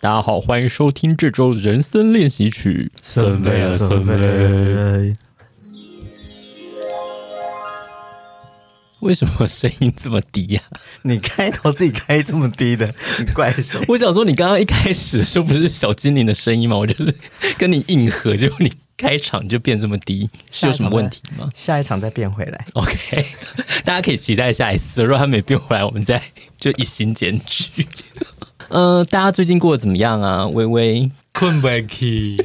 大家好，欢迎收听这周的人生练习曲。森威啊森威，为什么声音这么低呀、 你开头自己开这么低 的，你怪谁？我想说，你刚刚一开始的时候不是小精灵的声音吗？我就是跟你硬核，结果你开场就变这么低，是有什么问题吗下一场再变回来。 ？OK，大 家可以期待下一哎次，如果他没变回来，我们再就一心检 举。呃，大家最近过得怎么样啊？微微，困不起，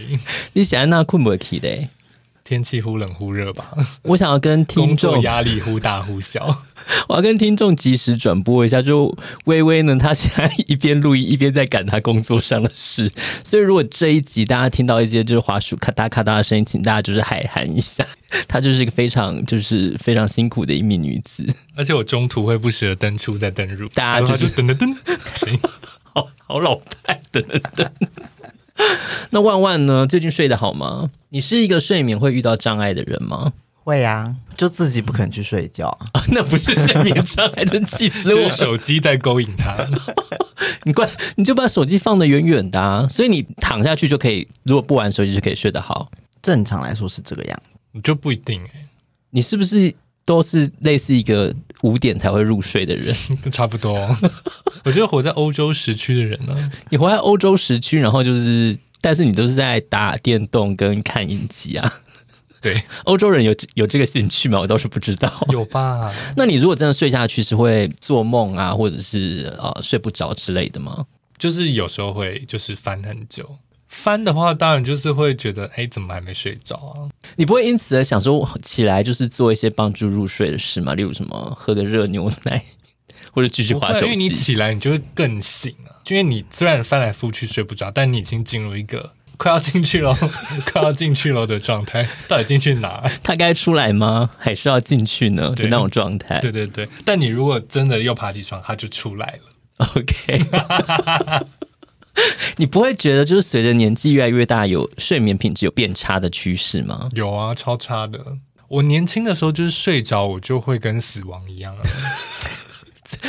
你喜欢那困不起的？ 天气忽冷忽热吧，我想要跟听工众作压力忽大忽小。 我要跟听众及时转播一下，就微微呢，她现在一边录音一 边在赶她工作上的事，所以如果这一集大家听到一些就是滑鼠咔嗒咔嗒的声音，请大家就是海涵一下， 她就是一个非常就是非常辛苦的一名女子。而且我中途会不时的登出再登入，大家然后就是就噔噔 噔， 好好老派，等等等。 那万万呢？最近睡得好吗？你是一个睡眠会遇到障碍的人吗？会啊，就自己不肯去睡觉。啊， 那不是睡眠障碍，真气死我 了就是！手机在勾引他。你关，你就把手机放得远远的、啊，所以你躺下去就可以，如果不玩手机就可以睡得好。正常来说是这个样子，我就不一定、欸，你是不是都是类似一个五点才会入睡的人？就差不多。我觉得活在欧洲时区的人呢、你活在欧洲时区，然后就是，但是你都是在打电动跟看影集啊。对，欧洲人有有这个兴趣吗？我倒是不知道。有吧？那你如果真的睡下去，是会做梦啊，或者是呃睡不着之类的吗？就是有时候会就是翻很久，翻的话当然就是会觉得，哎、怎么还没睡着啊？你不会因此而想说起来就是做一些帮助入睡的事吗？例如什么喝个热牛奶，或者继续不划会手机？因为你起来你就会更醒啊，因为你虽然翻来覆去睡不着，但你已经进入一个 快要进去喽，快要进去喽的状态。到底进去 哪？他该出来吗？还是要进去呢？对的那种状态。对对对，但你如果真的又爬起床，它就出来了。 OK，你不会觉得就是随着年纪越来越大，有睡眠品质有变差的趋势吗？有啊，超差的。我年轻的时候就是睡着，我就会跟死亡一样、啊。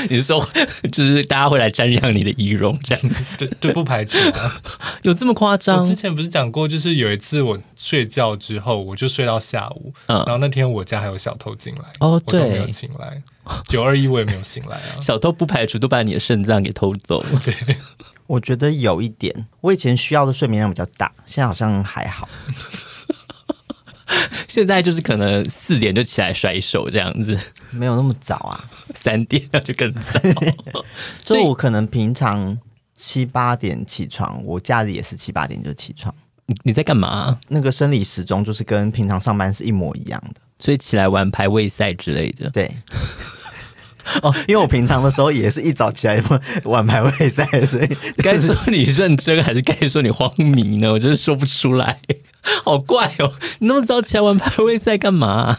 你是说 就是大家会来瞻仰你的仪容这样？对对，不排除、啊。 有这么夸我之 张？前不是讲过，就是有一次我睡觉之后，我就睡到下午，嗯然后那天我家还有小偷进来，哦我都没有对。醒来。九二一我也没有醒来啊小偷不排除都把你的肾脏给偷走 了。对，我觉得有一点，我以前需要的睡眠量比较大，现在好像还好。现在就是可能四点就起来甩手这样子， 没有那么早啊，三点那就更 早。所就以我可能平常七八点起床，我假日也是七八点就起床，你你在干嘛、那个生理时钟就是跟平常上班是一模一样的。所以起来玩排位赛之类的。对。 哦，因为我平常的时候也是一早起来晚排位赛，所以该说你认真还是该说你荒迷呢？我 真是说不出来，好怪哦！你那么早起来玩排位赛干嘛、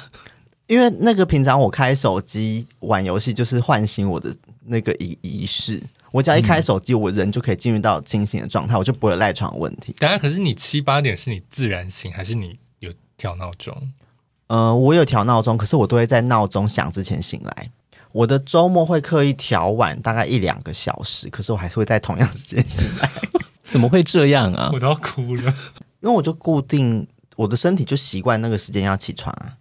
因为那个平常我开手机玩游戏，就是唤醒我的那个仪仪式。我只要一开手机，我人就可以进入到清醒的状态，我就不会有赖床问题。等下可是你七八点是你自然醒，还是你有调闹钟？呃，我有调闹钟，可是我都会在闹钟响之前醒来。我的周末会刻意调晚大概一两个小时，可是我还是会在同样时间醒 来，怎么会这样啊 我？都要哭了。因为我就固定我的身体就习惯那个时间要起床啊。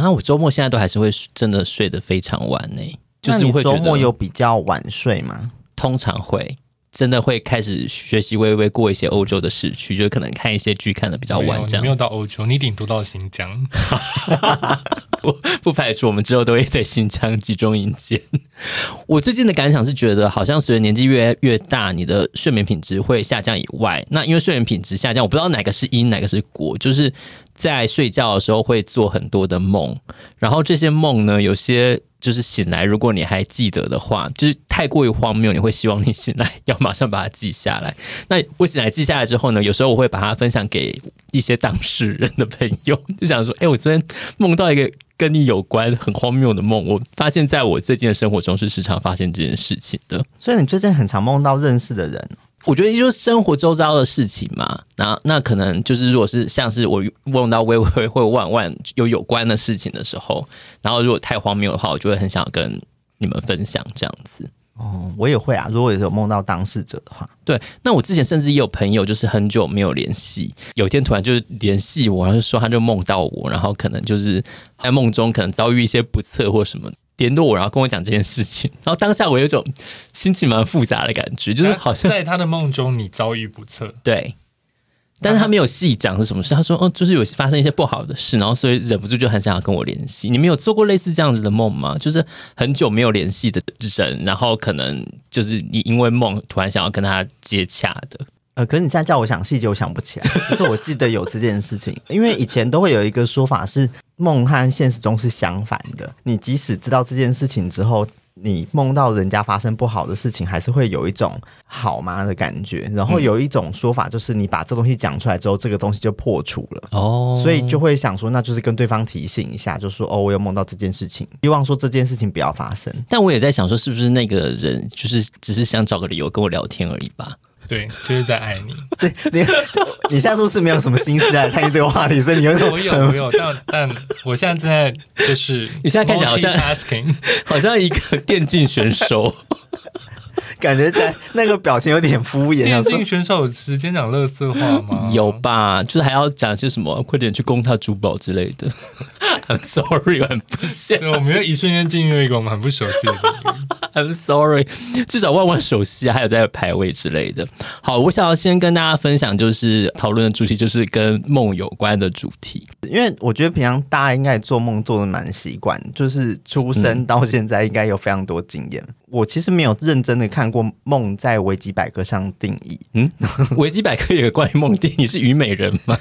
啊，我周末现在都还是会真的睡得非常晚呢、就是那你会周觉末得有比较晚睡吗？通常会真的会开始学习微微过一些欧洲的时区，就可能看一些剧看的比较没有晚这你没有样。到欧洲，你顶多到新疆。 不排除我们之后都会在新疆集中营见。 我最近的感想是觉得，好像随着年纪越越大，你的睡眠品质会下降以外，那因为睡眠品质下降，我不知道哪个是因，哪个是果，就是在睡觉的时候会做很多的梦，然后这些梦呢，有些。就是醒来，如果你还记得的话，就是太过于荒谬，你会希望你醒来要马上把它记下来。那我醒来记下来之后呢，有时候我会把它分享给一些当事人的朋友， 就想说，哎、我昨天梦到一个跟你有关很荒谬的梦，我发现在我最近的生活中是时常发现这件事情的。所以你最近很常梦到认识的人，我觉得就是生活周遭的事情嘛，那那可能就是如果是像是我梦到微微或万万有有关的事情的时候，然后如果太荒谬的话，我就会很想跟你们分享这样子。哦，我也会啊，如果有梦到当事者的话，对，那我之前甚至也有朋友，就是很久没有联系，有一天突然就是联系我，然后就说他就梦到我，然后可能就是在梦中可能遭遇一些不测或什么，联络我，然后跟我讲这件事情，然后当下我有一种心情蛮复杂的感觉，就是好像 在他的梦中你遭遇不测，对，但是他没有细讲是什么事，他说哦，就是有发生一些不好的事，然后所以忍不住就很想要跟我联系。你们有做过类似这样子的梦吗？就是很久没有联系的人，然后可能就是你因为梦突然想要跟他接洽的。呃，可是你现在叫我想细节，我想不起来。只是我记得有这件事情，因为以前都会有一个说法是，梦和现实中是相反的。你即使知道这件事情之后，你梦到人家发生不好的事情，还是会有一种好吗的感觉。然嗯后有一种说法就是，你把这东西讲出来之后，这个东西就破除了。哦所以就会想说，那就是跟对方提醒一下，就说哦，我有梦到这件事情，希望说这件事情不要发生。 但我也在想说，是不是那个人就是只是想找个理由跟我聊天而已吧？ 对，就是在爱你。对你， 你现在是不是没有什么心思来参与这个话题？所以你有我 有我有，但但我现在正在就是你现在看起来好像 asking，好像一个电竞选 手，？感觉起来那个表情有点敷 衍，电想说竞选手有时间讲乐色话吗有吧？就是还要讲些什么，快点去攻他珠宝之类的。I'm sorry，我很不屑。对，我们又一瞬间进入一个我们很不熟悉的 领域。 I'm sorry，至少万万首席还有在排位之类的。好，我想要先跟大家分享，就是讨论的主题就是跟梦有关的主题。因为我觉得平常大家应该做梦做的蛮习惯，就是出生到现在应该有非常多经验。我其实没有认真的看过梦在维基百科上定义，维基百科有个关于梦 定义是虞美人吗？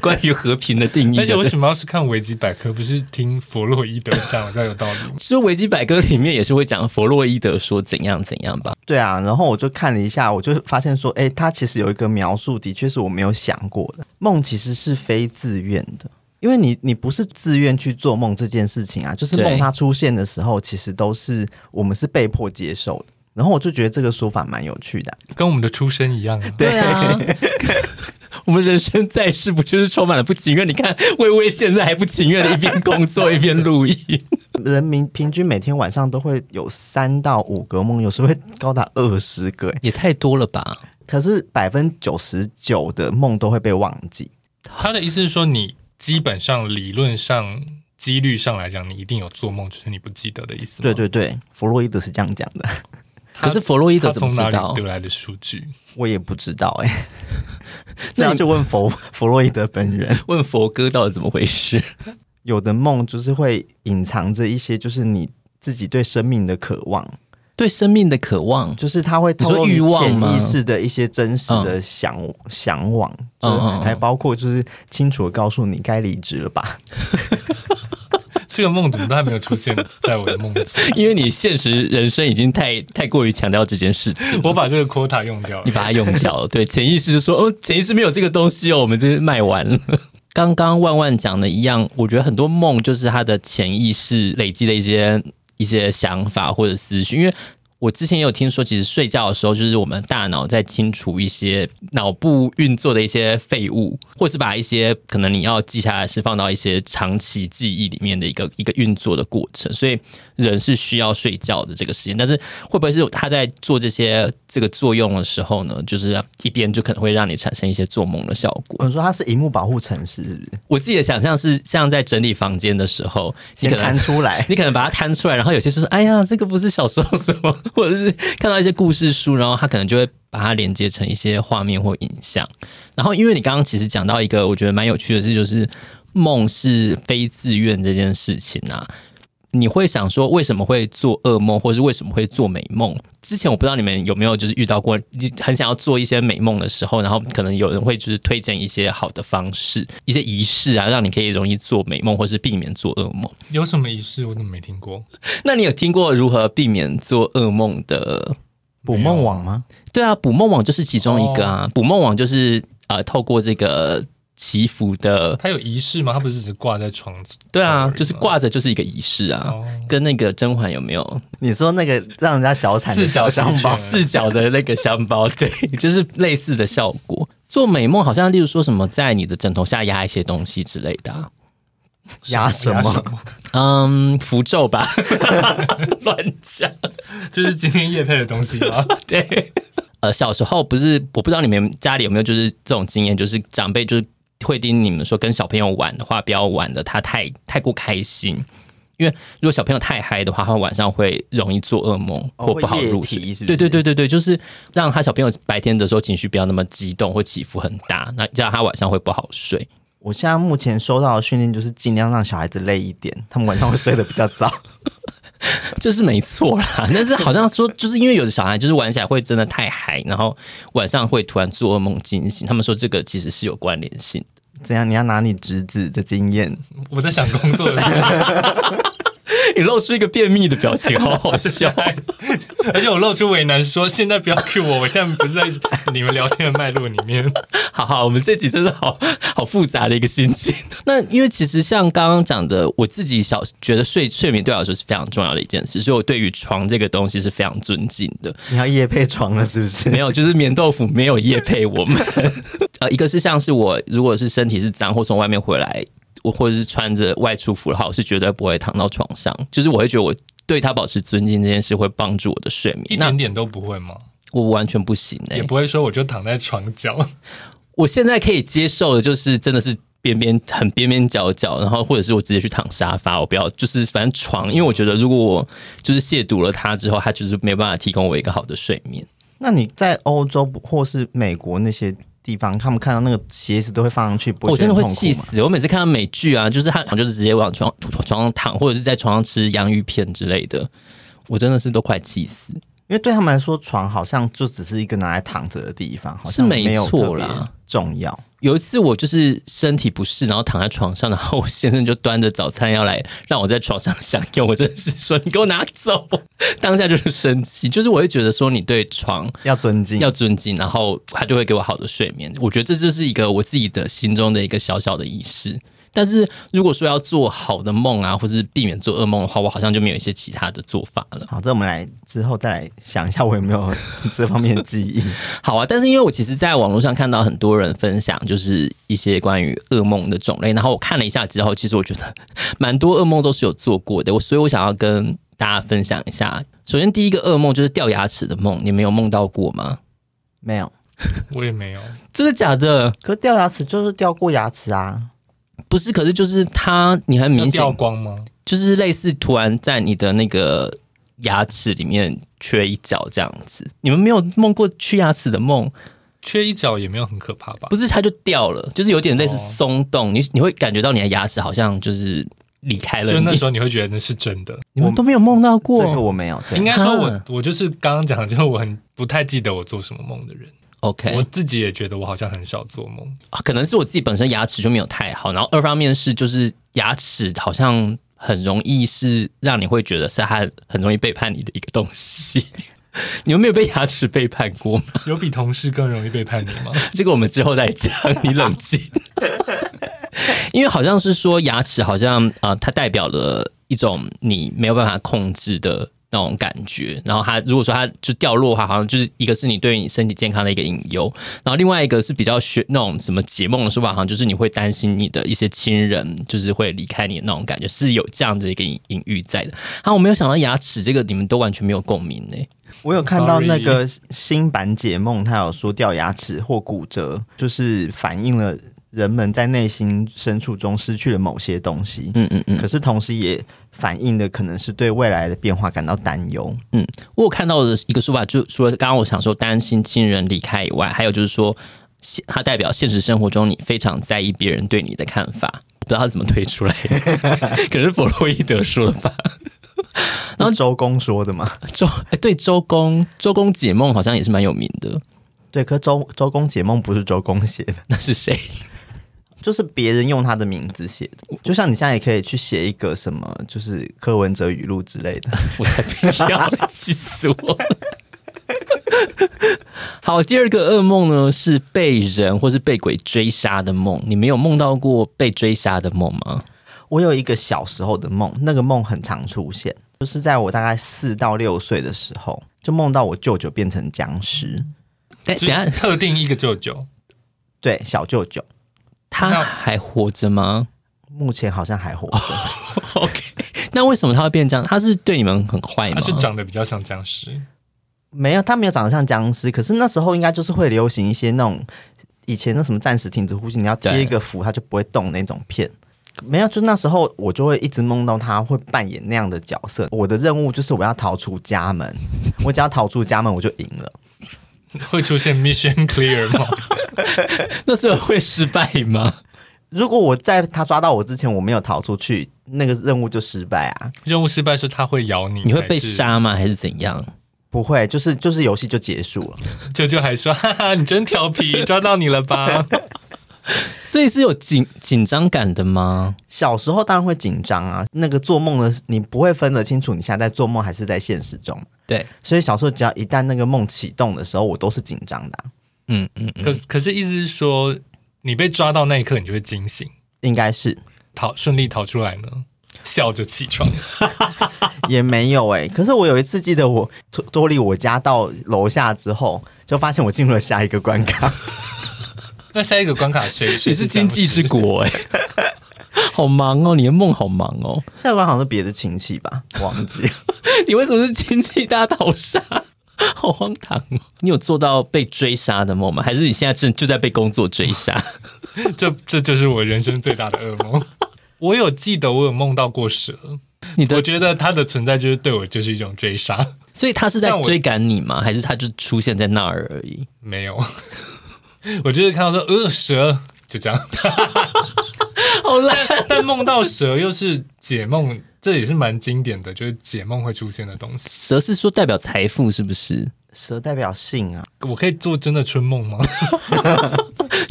关于和平的定义。而且对为什么要是看维基百科，不是听弗洛伊德讲才有道 理吗？说维基百科里面也是会讲弗洛伊德说怎样怎样吧。对啊，然后我就看了一下，我就发现说，哎，它其实有一个描述，的确是我没有想过的。梦其实是非自愿的，因为你你不是自愿去做梦这件事情啊，就是对梦它出现的时候，其实都是我们是被迫接受的。然后我就觉得这个说法蛮有趣的啊、跟我们的出身一样啊。对啊。 我们人生在世不就是充满了不情愿？你看，微微现在还不情愿的一边工作一边录音，人民平均每天晚上都会有三到五个梦，有时候会高达二十个、诶 也太多了吧？可是百分九十九的梦都会被忘记。他的意思是说，你基本上理论上几率上来讲，你一定有做梦，只是你不记得的意思吗。对对对，弗洛伊德是这样讲的，他，可是弗洛伊德他怎么从知哪道里？得来的数据？我也不知道哎、诶这要去问弗弗洛伊德本人。问佛哥到底怎么回事？有的梦就是会隐藏着一些，就是你自己对生命的渴望，对生命的渴望，就是它会透你露说欲望潜吗意识的一些真实的向向往，就是嗯嗯嗯还包括就是清楚的告诉你该离职了吧。这个梦怎么都还没有出现在我的 梦中？因为你现实人生已经太太过于强调这件事情，我把这个 quota 用掉你了。把它用掉了。对，潜意识就说哦，潜意识没有这个东西哦，我们就是卖完了。刚刚万万讲的一样，我觉得很多梦就是他的潜意识累积的一些一些想法或者思绪，因为。我之前也有听说，其实睡觉的时候，就是我们大脑在清除一些脑部运作的一些废物，或是把一些可能你要记下来是放到一些长期记忆里面的一个一个运作的过程。所以人是需要睡觉的这个时间，但是会不会是他在做这些这个作用的时候呢，就是一边就可能会让你产生一些做梦的效果？我说它是荧幕保护城市，是不是？我自己的想象是，像在整理房间的时候，你先可能弹出 来。你可能把它摊出来，然后有些就是哎呀，这个不是小时候什么， 或者是看到一些故事书，然后它可能就会把它连接成一些画面或影像。然后，因为你刚刚其实讲到一个我觉得蛮有趣的事，就是梦是非自愿这件事情啊。你会想说，为什么会做噩梦，或是为什么会做美梦？之前我不知道你们有没有就是遇到过，你很想要做一些美梦的时候，然后可能有人会就是推荐一些好的方式、一些仪式啊，让你可以容易做美梦，或是避免做噩梦。有什么仪式我怎么没听过？那你有听过如何避免做噩梦的？捕梦网吗？对啊，捕梦网就是其中一个啊。捕梦网就是呃，透过这个祈福的，它有仪式吗？它不是只是挂在床对好啊，而已就是吗挂着就是一个仪式啊。哦，跟那个甄嬛有没有你说那个让人家小产的四小小时香包之，四角的那个香包？对，就是类似的效果。做美梦好像，例如说什么在你的枕头下压一些东西之类的啊、压什压么？么？嗯，符咒吧， 乱讲。 就是今天夜配的东西吗？ 对，呃，小时候不是，我不知道你们家里有没有就是这种经验，就是长辈就是会叮你们说，跟小朋友玩的话，不要玩的他太太过开心。因为如果小朋友太嗨的话，他晚上会容易做噩梦哦或不好会夜入啼睡。是不对对是对对对，就是让他小朋友白天的时候情绪不要那么激动或起伏很大，那这样他晚上会不好睡。我现在目前收到的训练就是尽量让小孩子累一点，他们晚上会睡得比较早。这是没错啦，但是好像说，就是因为有的小孩就是玩起来会真的太嗨，然后晚上会突然做噩梦惊醒。他们说这个其实是有关联性。怎样？你要拿你侄子的经验？我在想工作的时候， 你露出一个便秘的表情，好好 笑。而且我露出为难说，现在不要 cue 我，我现在不是在你们聊天的脉络里面。好好，我们这集真的好好复杂的一个心情。 那因为其实像刚刚讲的，我自己小觉得睡睡眠对我来说是非常重要的一件事，所以我对于床这个东西是非常尊敬的。你要夜配床了是 不是？没有，就是棉豆腐没有夜配我们。 呃，一个是像是我如果是身体是脏或从外面回来，我或者是穿着外出服的话，我是绝对不会躺到床上，就是我会觉得我。对他保持尊敬这件事会帮助我的睡一眠，那点点都不会吗？我完全不行哎、也不会说我就躺在床角， 我现在可以接受的就是真的是边边很边边角角，然后或者是我直接去躺沙发，我不要就是反正床，因为我觉得如果我就是亵渎了它之后，它就是没有办法提供我一个好的睡眠。那你在欧洲或是美国那些地方，他们看到那个鞋子都会放上去，不我会觉真的得会很痛苦气吗？死！我每次看到美剧啊，就是他就是直接往床床上躺，或者是在床上吃洋芋片之类的，我真的是都快气死。因为对他们来说，床好像就只是一个拿来躺着的地方，好是像没没有特错别啦重要。有一次我就是身体不适，然后躺在床上，然后我先生就端着早餐要来让我在床上享用，我真的是说你给我拿走， 当下就是生气，就是我会觉得说你对床要尊敬，要尊敬，然后他就会给我好的睡眠。我觉得这就是一个我自己的心中的一个小小的仪式。但是如果说要做好的梦啊，或是避免做噩梦的话，我好像就没有一些其他的做法了。好，这我们来之后再来想一下，我有没有这方面的记 忆？好啊，但是因为我其实在网络上看到很多人分享，就是一些关于噩梦的种类，然后我看了一下之后，其实我觉得蛮多噩梦都是有做过的，我所以我想要跟大家分享一下。首先，第一个噩梦就是掉牙齿的梦， 你们有梦到过吗？没有，我也没有。真的假的？可是掉牙齿就是掉过牙齿啊，不是，可是就是它，你很要明显掉光吗？就是类似突然在你的那个牙齿里面缺一角这样子。你们没有梦过缺牙齿的梦？缺一角也没有很可怕吧不？是，它就掉了，就是有点类似哦松动，你你会感觉到你的牙齿好像就是离开了就那你时。候你会觉得那是真的。你们都没有梦到这过、个我没有。对应该说我啊我就是刚刚讲的，就是我很不太记得我做什么梦的人。 o k 我自己也觉得我好像很少做 梦，啊可能是我自己本身牙齿就没有太好，然后二方面是就是牙齿好像很容易是让你会觉得是它很容易背叛你的一个东西。 你们没有被牙齿背叛过吗？有比同事更容易背叛你 吗？这个我们之后再讲，你冷静。因为好像是说牙齿好像啊、呃它代表了一种你没有办法控制的那种感觉。然后它如果说它就掉落的话，好像就是一个是你对你身体健康的一个隐忧，然后另外一个是比较学那种什么解梦的说法，好像就是你会担心你的一些亲人就是会离开你的那种感觉，是有这样的一个隐隐喻在的。啊，我没有想到牙齿这个你们都完全没有共鸣呢、我有看到那个新版解梦，它有说掉牙齿或骨折，就是反映了人们在内心深处中失去了某些东西。嗯嗯嗯可是同时也反映的可能是对未来的变化感到担忧。我有看到的一个说法，就除了刚刚我想说担心亲人离开以外，还有就是说，现它代表现实生活中你非常在意别人对你的看法。不知道他怎么推出来的， 可是弗洛伊德说了吧？然后周公说的嘛， 周哎对周公，周公解梦好像也是蛮有名的，对，可是周周公解梦不是周公写的，那是谁？就是别人用他的名字写的。就像你现在也可以去写一个什么，就是柯文哲语录之类的。 我才不要，气死我！ 好，第二个噩梦呢是被人或是被鬼追杀的梦。你们有梦到过被追杀的梦吗？我有一个小时候的梦，那个梦很常出现，就是在我大概四到六岁的时候，就梦到我舅舅变成僵尸，但就哎等一下是特定一个舅舅，对，小舅舅。他那还活着吗？目前好像还活着。 OK，那为什么他会变这样？他是对你们很坏吗？他是长得比较像僵尸，没有，他没有长得像僵尸，可是那时候应该就是会流行一些那种以前那什么暂时停止呼吸，你要贴对一个符，它就不会动那种片。没有，就那时候我就会一直梦到他会扮演那样的角色。我的任务就是我要逃出家门，我只要逃出家门我就赢了。会出现 mission clear 吗？ 那时候会失败 吗？如果我在他抓到我之前我没有逃出去，那个任务就失败啊！任务失败是他会咬你，你会被还是？杀吗？还是怎样？不会，就是就是游戏就结束了。舅舅还说：“哈哈，你真调皮，抓到你了吧 所以是有紧紧张感的吗？小时候当然会紧张啊，那个做梦的你不会分得清楚，你现在在做梦还是在现实中。对，所以小时候只要一旦那个梦启动的时候，我都是紧张的啊、嗯嗯？”嗯，可可是意思是说，你被抓到那一刻，你就会惊醒，应该是逃顺利逃出来呢，笑着 起床。也没有哎、可是我有一次记得我脱脱离我家到楼下之后，就发现我进入了下一个关卡。那下一个关卡 谁？谁你是经济僵尸之国哎、 好忙哦，你的梦好忙哦。下一个关卡好像是别的亲戚吧，忘记了。你为什么是经济大逃杀？ 好荒唐哦！你有做到被追杀的梦吗？还是你现在正就在被工作追杀？ 这这就是我人生最大的噩梦。我有记得，我有梦到过蛇，你的我觉得它的存在就是对我就是一种追杀。 所以他是在但我追赶你吗？还是他就出现在那儿而已？没有， 我就是看到说呃蛇就 这样，好烂！但梦到蛇又是解梦，这也是蛮经典的，就是解梦会出现的东西。 蛇是说代表财富是不是？蛇代表性啊，我可以做真的春梦吗？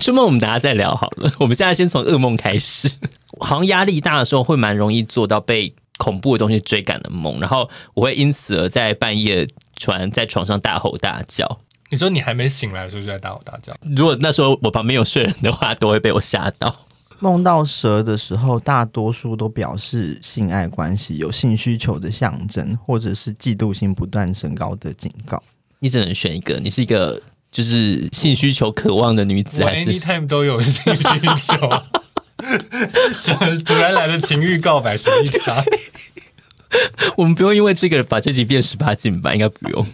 春梦我们大家再聊好了。 我们现在先从噩梦开始。 好像压力大的时候会蛮容易做到被恐怖的东西追赶的梦，然后我会因此而在半夜床在床上大吼大叫。你说你还没醒来的时候就在大吼大叫，如果那时候我旁边有睡人的话，都会被我吓到。梦到蛇的时候，大多数都表示性爱关系有性需求的象征，或者是嫉妒心不断升高的警告。你只能选一个，你是一个就是性需求渴望的女子，我还是 anytime 都有性需求。蛇突然来的情欲告白，什么意思啊？我们不用因为这个把这集变十八禁吧？应该不用。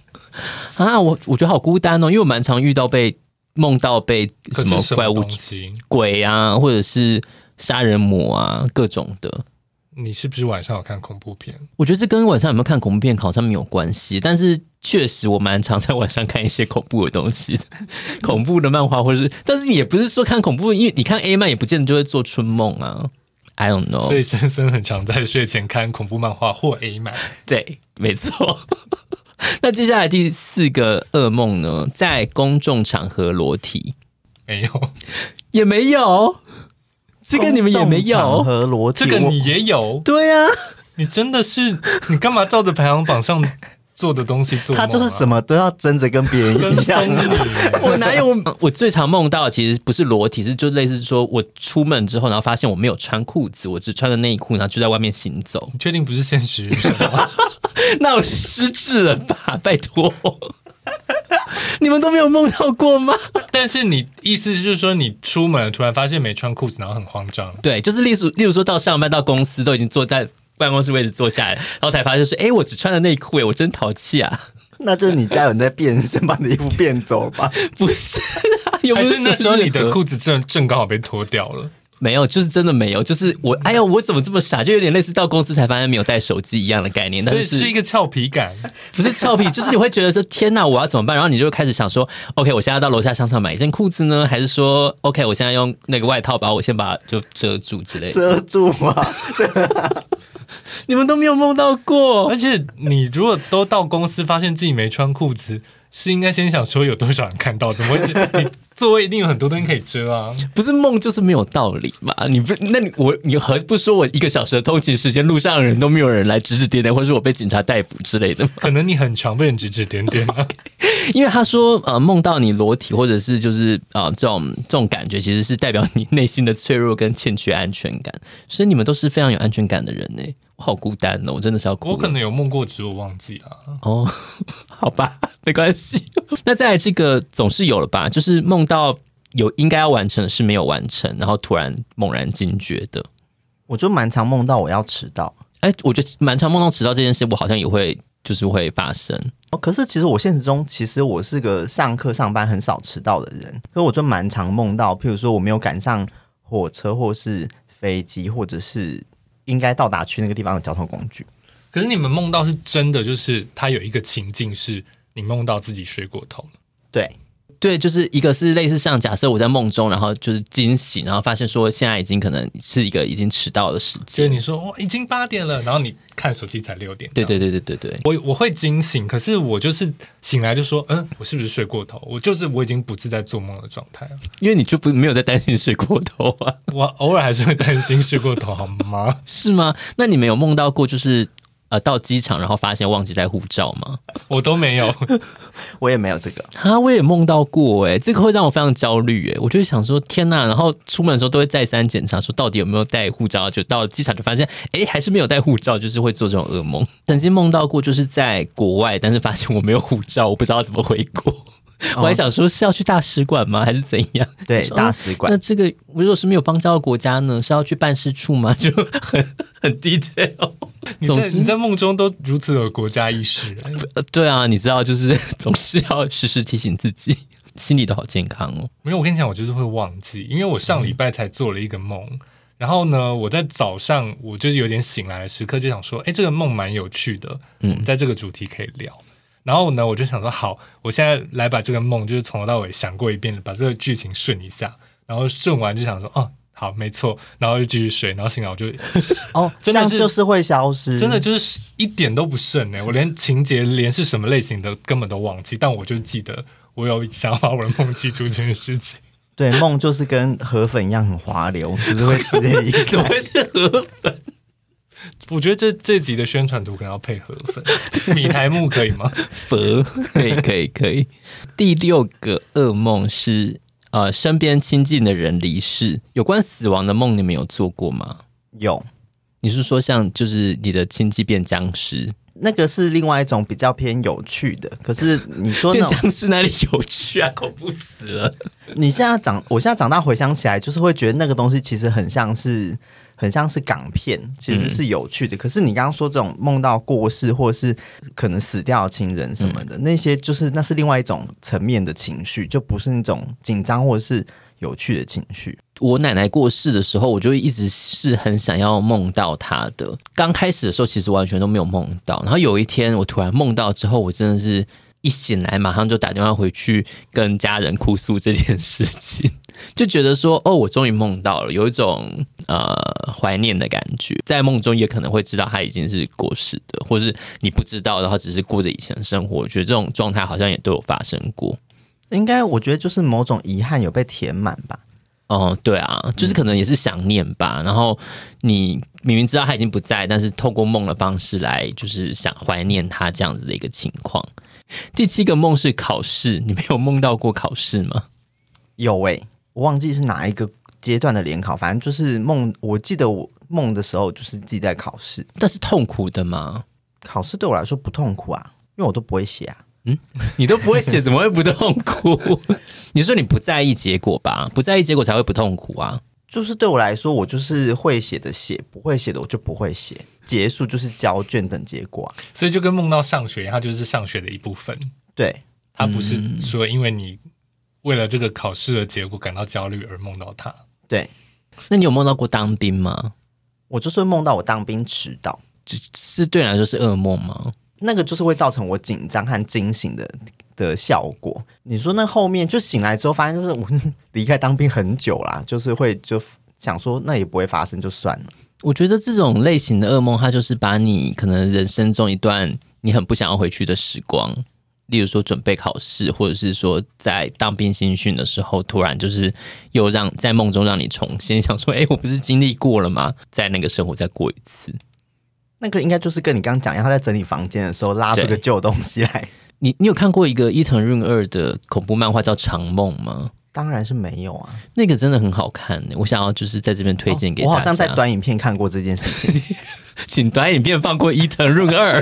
啊，我我觉得好孤单哦，因为我蛮常遇到被梦到被可什么是什怪么物东西？鬼啊，或者是杀人魔啊，各种的。你是不是晚上有看恐怖片？我觉得这跟晚上有没有看恐怖片好像没有关系，但是确实我蛮常在晚上看一些恐怖的东西 的，恐怖的漫画或是，但是你也不是说看恐怖，因为你看 A 漫也不见得就会做春梦啊。I don't know，所以森森很常在睡前看恐怖漫画或 A 漫。对，没错。 那接下来第四个噩梦呢，在公众场合裸体没有，也没有，这个你们也没有，和裸体，这个我你也有，对啊，你真的是你干嘛照着排行榜上做的东西啊做、啊他就是什么么都要争着跟别人跟一样、风啊。女耶？我哪有 我嗯我最常梦到的其实不是裸体，是就类似说我出门之后，然后发现我没有穿裤子，我只穿了内裤，然后就在外面行走，你确定不是现实人生吗？那我失智了吧？ 拜托，你们都没有梦到过吗？但是你意思就是说，你出门突然发现没穿裤子，然后很慌张。 对，就是例如例如说到上班到公司都已经坐在办公室位置坐下来，然后才发现说，哎，我只穿了内裤，哎，我真淘气啊！那就是你家有人在变身，把你的衣服变走 吧。不是、啊，有还没有是那时候你的任何裤子正正刚好被脱掉了？没有，就是真的没有，就是我，哎呀，我怎么这么傻？就有点类似到公司才发现没有带手机一样的概念，但所以是是一个俏皮感。不是俏皮， 就是你会觉得说天哪，我要怎么办？然后你就开始想说，OK，我现在要到楼下商场买一件裤子呢，还是说，OK，我现在用那个外套把我先把就遮住之类的？遮住啊！你们都没有梦到过而，且你如果都到公司发现自己没穿裤子，是应该先想说有多少人看到？怎么会是？你座位一定有很多东西可以遮啊。不是梦就是没有道理嘛？你不，那你我你何不说我一个小时的通勤时间，路上的人都没有人来指指点点，或是我被警察逮捕之类的吗？可能你很常被人指指点点啊。 因为他说，呃，梦到你裸体，或者是就是呃这种这种感觉，其实是代表你内心的脆弱跟欠缺安全感。所以你们都是非常有安全感的人呢、我好孤单哦，我真的是要哭了。我可能有梦过，只是我忘记了。啊哦， 好吧，没关系。那再来这个总是有了吧，就是梦到有应该要完成的事没有完成，然后突然猛然惊觉的。我就蛮常梦到我要迟到。哎、我觉得蛮常梦到迟到这件事，我好像也会就是会发生。哦，可是其实我现实中，其实我是个上课上班很少迟到的人，可我就蛮常梦到，譬如说我没有赶上火车或是飞机，或者是应该到达去那个地方的交通工具。可是你们梦到是真的，就是它有一个情境是你梦到自己睡过头了，对，对，就是一个是类似像假设我在梦中，然后就是惊醒，然后发现说现在已经可能是一个已经迟到的时就是间。你说哇已经八点了，然后你看手机才六点，对对对对对对，我我会惊醒，可是我就是醒来就说，嗯，我是不是睡过头？我就是我已经不是在做梦的状态了。因为你就不没有在担心睡过头啊，我偶尔还是会担心睡过头，好吗？ 是吗？那你们有梦到过就是呃到机场然后发现忘记带护照吗？我都没有。我也没有这个。啊，我也梦到过哎、这个会让我非常焦虑哎、我就会想说天呐，然后出门的时候都会再三检查，说到底有没有带护照，就到机场就发现哎、还是没有带护照，就是会做这种噩梦。曾经梦到过，就是在国外，但是发现我没有护照，我不知道怎么回国。我还想说是要去大使馆吗，还是怎样？对，说大使馆那。这个如果是没有邦交的国家呢，是要去办事处吗？就很很 detail。 你总在之你在梦中都如此有国家意识，呃对啊，你知道，就是 总是要时时提醒自己，心里都好健康哦。没有，我跟你讲，我就是会忘记，因为我上礼拜才做了一个梦。然后呢，我在早上我就是有点醒来的时刻，就想说，哎，这个梦蛮有趣的，嗯我们在这个主题可以聊。然后呢，我就想说，好，我现在来把这个梦就是从头到尾想过一遍，把这个剧情顺一下，然后顺完就想说，哦，好，没错，然后就继续睡，然后醒来我就哦，这真的样是就是会消失，真的就是一点都不剩哎、我连情节连是什么类型的根本都忘记，但我就记得我有想要把我的梦记住这件事情。 对梦就是跟河粉一样很滑溜，就是会直接离怎么开。 会是河粉？我觉得这这集的宣传图可能要配合粉米台木可以吗？佛？ 可以，可以，可以。第六个噩梦是呃，身边亲近的人离世。有关死亡的梦，你们有做过吗？有你是说像就是你的亲戚变僵尸，那个是另外一种比较偏有趣的，可是你说变哦那种僵尸哪里有趣啊？ 恐怖死了！你现在长，我现在长大回想起来，就是会觉得那个东西其实很像是，很像是港片，其实是有趣的。可是你刚刚说这种梦到过世或是可能死掉的亲人什么的，那些就是那是另外一种层面的情绪，就不是那种紧张或者是有趣的情绪。我奶奶过世的时候，我就一直是很想要梦到她的。刚开始的时候，其实完全都没有梦到。然后有一天，我突然梦到之后，我真的是一醒来马上就打电话回去跟家人哭诉这件事情，就觉得说，哦，我终于梦到了，有一种呃怀念的感觉。在梦中也可能会知道她已经是过世的，或是你不知道，然后只是过着以前的生活。我觉得这种状态好像也都有发生过。应该我觉得就是某种遗憾有被填满吧。哦，对啊，就是可能也是想念吧。然后你明明知道他已经不在，但是透过梦的方式来，就是想怀念他这样子的一个情况。第七个梦是考试，你没有梦到过考试吗？有诶、我忘记是哪一个阶段的联考，反正就是梦，我记得我梦的时候就是自己在考试，但是痛苦的吗？考试对我来说不痛苦啊，因为我都不会写啊。你都不会写，怎么会不痛苦？ 你说你不在意结果吧？不在意结果才会不痛苦啊。就是对我来说，我就是会写的写，不会写的我就不会写。结束就是交卷等结果啊、所以就跟梦到上学一样，它就是上学的一部分，对，它不是说因为你为了这个考试的结果感到焦虑而梦到它。对那你有梦到过当兵吗？我就是会梦到我当兵迟到，是对你来说是噩梦吗？那个就是会造成我紧张和惊醒的的效果。你说那后面就醒来之后，发现就是我 离开当兵很久啦，就是会就想说那也不会发生就算了。我觉得这种类型的噩梦，它就是把你可能人生中一段你很不想要回去的时光，例如说准备考试，或者是说在当兵新训的时候，突然就是又让在梦中让你重新想说，哎、我不是经历过了吗？在那个生活再过一次。那个应该就是跟你刚刚讲一样，他在整理房间的时候拉出个对旧东西来，你你有看过一个伊藤润二的恐怖漫画叫《长梦》吗？当然是没有啊。那个真的很好看，欸我想要就是在这边推荐给大哦我家。好像在，短影片看过这件事情。 请短影片放过伊藤润二。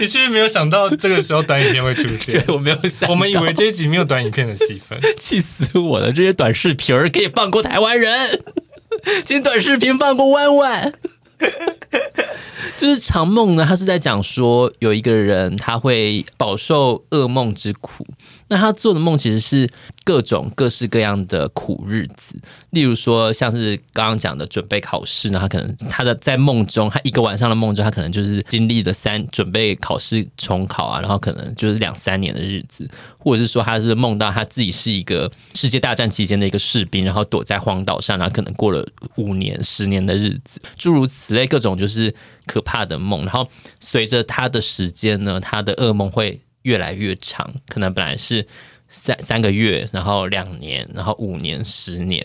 你是不是没有想到这个时候短影片会出现 对？我没有想到， 我们以为这一集没有短影片的戏份， 气死我了！这些短视频儿可以放过台湾人，今天短视频放过万万。就是长梦呢，他是在讲说有一个人他会饱受噩梦之苦，那他做的梦其实是各种各式各样的苦日子，例如说像是刚刚讲的准备考试，那他可能他的在梦中，他一个晚上的梦中，他可能就是经历了三准备考试重考啊，然后可能就是两三年的日子，或者是说他是梦到他自己是一个世界大战期间的一个士兵，然后躲在荒岛上，然后可能过了五年、十年的日子，诸如此类各种就是可怕的梦。然后随着他的时间呢，他的噩梦会越来越长，可能本来是三三个月，然后两年，然后五年、十年。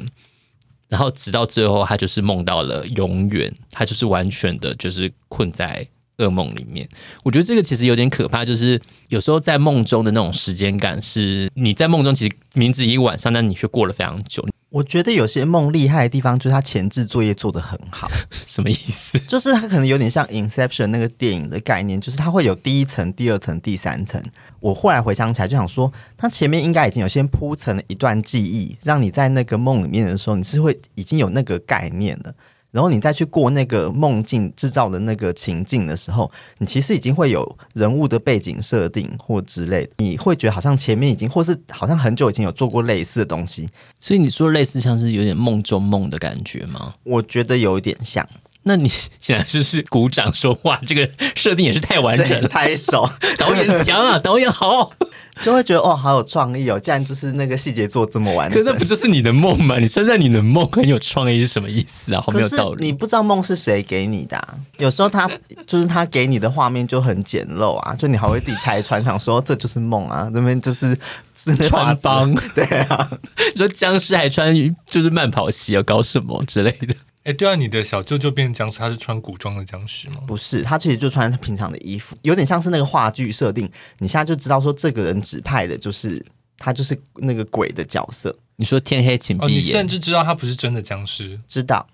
然后直到最后，他就是梦到了永远，他就是完全的，就是困在噩梦里面。我觉得这个其实有点可怕，就是有时候在梦中的那种时间感是，你在梦中其实明知一晚上，但你却过了非常久，我觉得有些梦厉害的地方就是他前置作业做得很好，什么意思？就是它可能有点像《Inception》那个电影的概念，就是它会有第一层、第二层、第三层。我后来回想起来，就想说，它前面应该已经有先铺陈了一段记忆，让你在那个梦里面的时候，你是会已经有那个概念了。然后你再去过那个梦境制造的那个情境的时候，你其实已经会有人物的背景设定或之类的，你会觉得好像前面已经，或是好像很久以前有做过类似的东西。所以你说类似像是有点梦中梦的感觉吗？我觉得有一点像， 那你显然就是鼓掌说话，这个设定也是太完整对，了。 拍手。导演强啊，导演 好，就会觉得哦，好有创意哦！竟然就是那个细节做这么完可整，这不就是你的梦吗？你称赞你的梦很有创意是什么意思啊？好没有可是道理。你不知道梦是谁给你的啊、有时候他就是他给你的画面就很简陋啊，就你还会自己拆穿，想说这就是梦啊，那边就是是穿帮，对啊，你说僵尸还穿就是慢跑鞋，要搞什么之类的？哎，对啊，你的小舅舅变成僵尸，他是穿古装的僵尸吗？不是他其实就穿他平常的衣服，有点像是那个话剧设定，你现在就知道说这个人指派的就是他就是那个鬼的角色，你说天黑请哦，闭你眼，甚至知道他不是真的僵尸，知道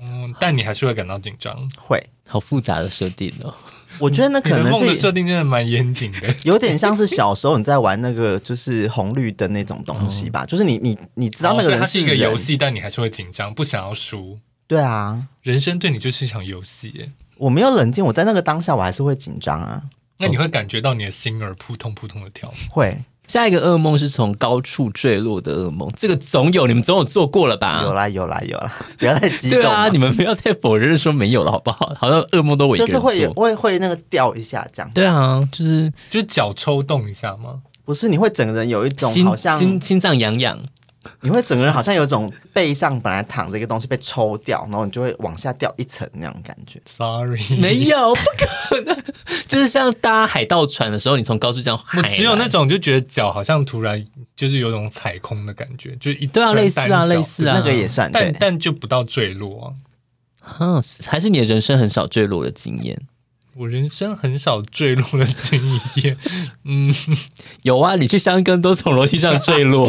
嗯，但你还是会感到紧张。会，好复杂的设定哦。我觉得那你可的能梦就的设定真的蛮严谨的，有点像是小时候你在玩那个就是红绿灯那种东西吧，就是你你你知道那个哦所以它人是是一个人游，戏，但你还是会紧张，不想要输。对啊，人生对你就是一场游戏耶，我没有冷静，我在那个当下我还是会紧张啊，那你会感觉到你的心儿扑通扑通的跳。会下一个噩梦是从高处坠落的噩梦，这个总有，你们总有做过了有吧？啦有啦有啦，不要再激动对了。啊，你们不要再否认说没有了，好不好？好像噩梦都我一就个是人会有做。会会那个掉一下这样，对啊，就是就是脚抽动一下吗？不是你会整个人有一种心好像心心脏痒痒，你会整个人好像有一种背上本来躺着一个东西被抽掉，然后你就会往下掉一层那样的感觉。 Sorry，没。有，不可能。就是像搭海盗船的时候，你从高处这样， 我只有那海种就觉得脚好像突然就是有种踩空的感觉，就是一对啊，突然类似单啊，脚类似啊，那个也算但对，但就不到坠落啊。嗯，还是你的人生很少坠落的经验。我人生很少坠落的经验， 嗯，有 啊，你去香根都从楼梯上坠落。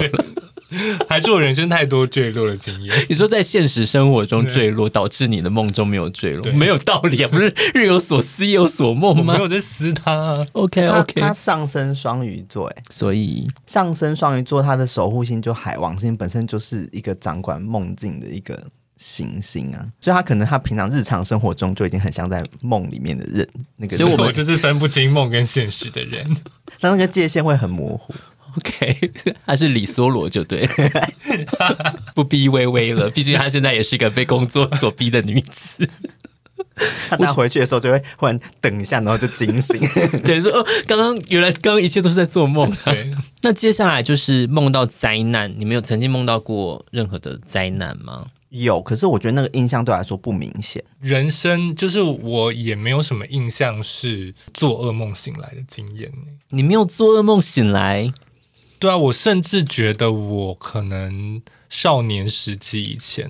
还是我人生太多坠落的经验。你说在现实生活中坠落，导致你的梦中没有坠落，对没有道理啊！不是日有所思，夜有所我梦没吗有在撕它、啊， ？OK 他 OK，他上升双鱼座，哎，所以上升双鱼座，它的守护星就海王星，本身就是一个掌管梦境的一个行星啊，所以他可能他平常日常生活中就已经很像在梦里面的人，那个所以我们我就是分不清梦跟现实 的人。 那那个界限会很模糊。 OK，他 是李梭罗就对， 不逼微微了，毕竟她现在也是一个被工作所逼的女子。 他拿回去的时候就会忽然等一下，然后就惊醒。等于说，哦刚刚原来刚刚一切都是在做梦。对，那接下来就是梦到灾难，你们有曾经梦到过任何的灾难吗？ 有，可是我觉得那个印象对我来说不明显。人生就是我也没有什么印象是做噩梦醒来的经验呢。你没有做噩梦醒来，对啊，我甚至觉得我可能少年时期以前，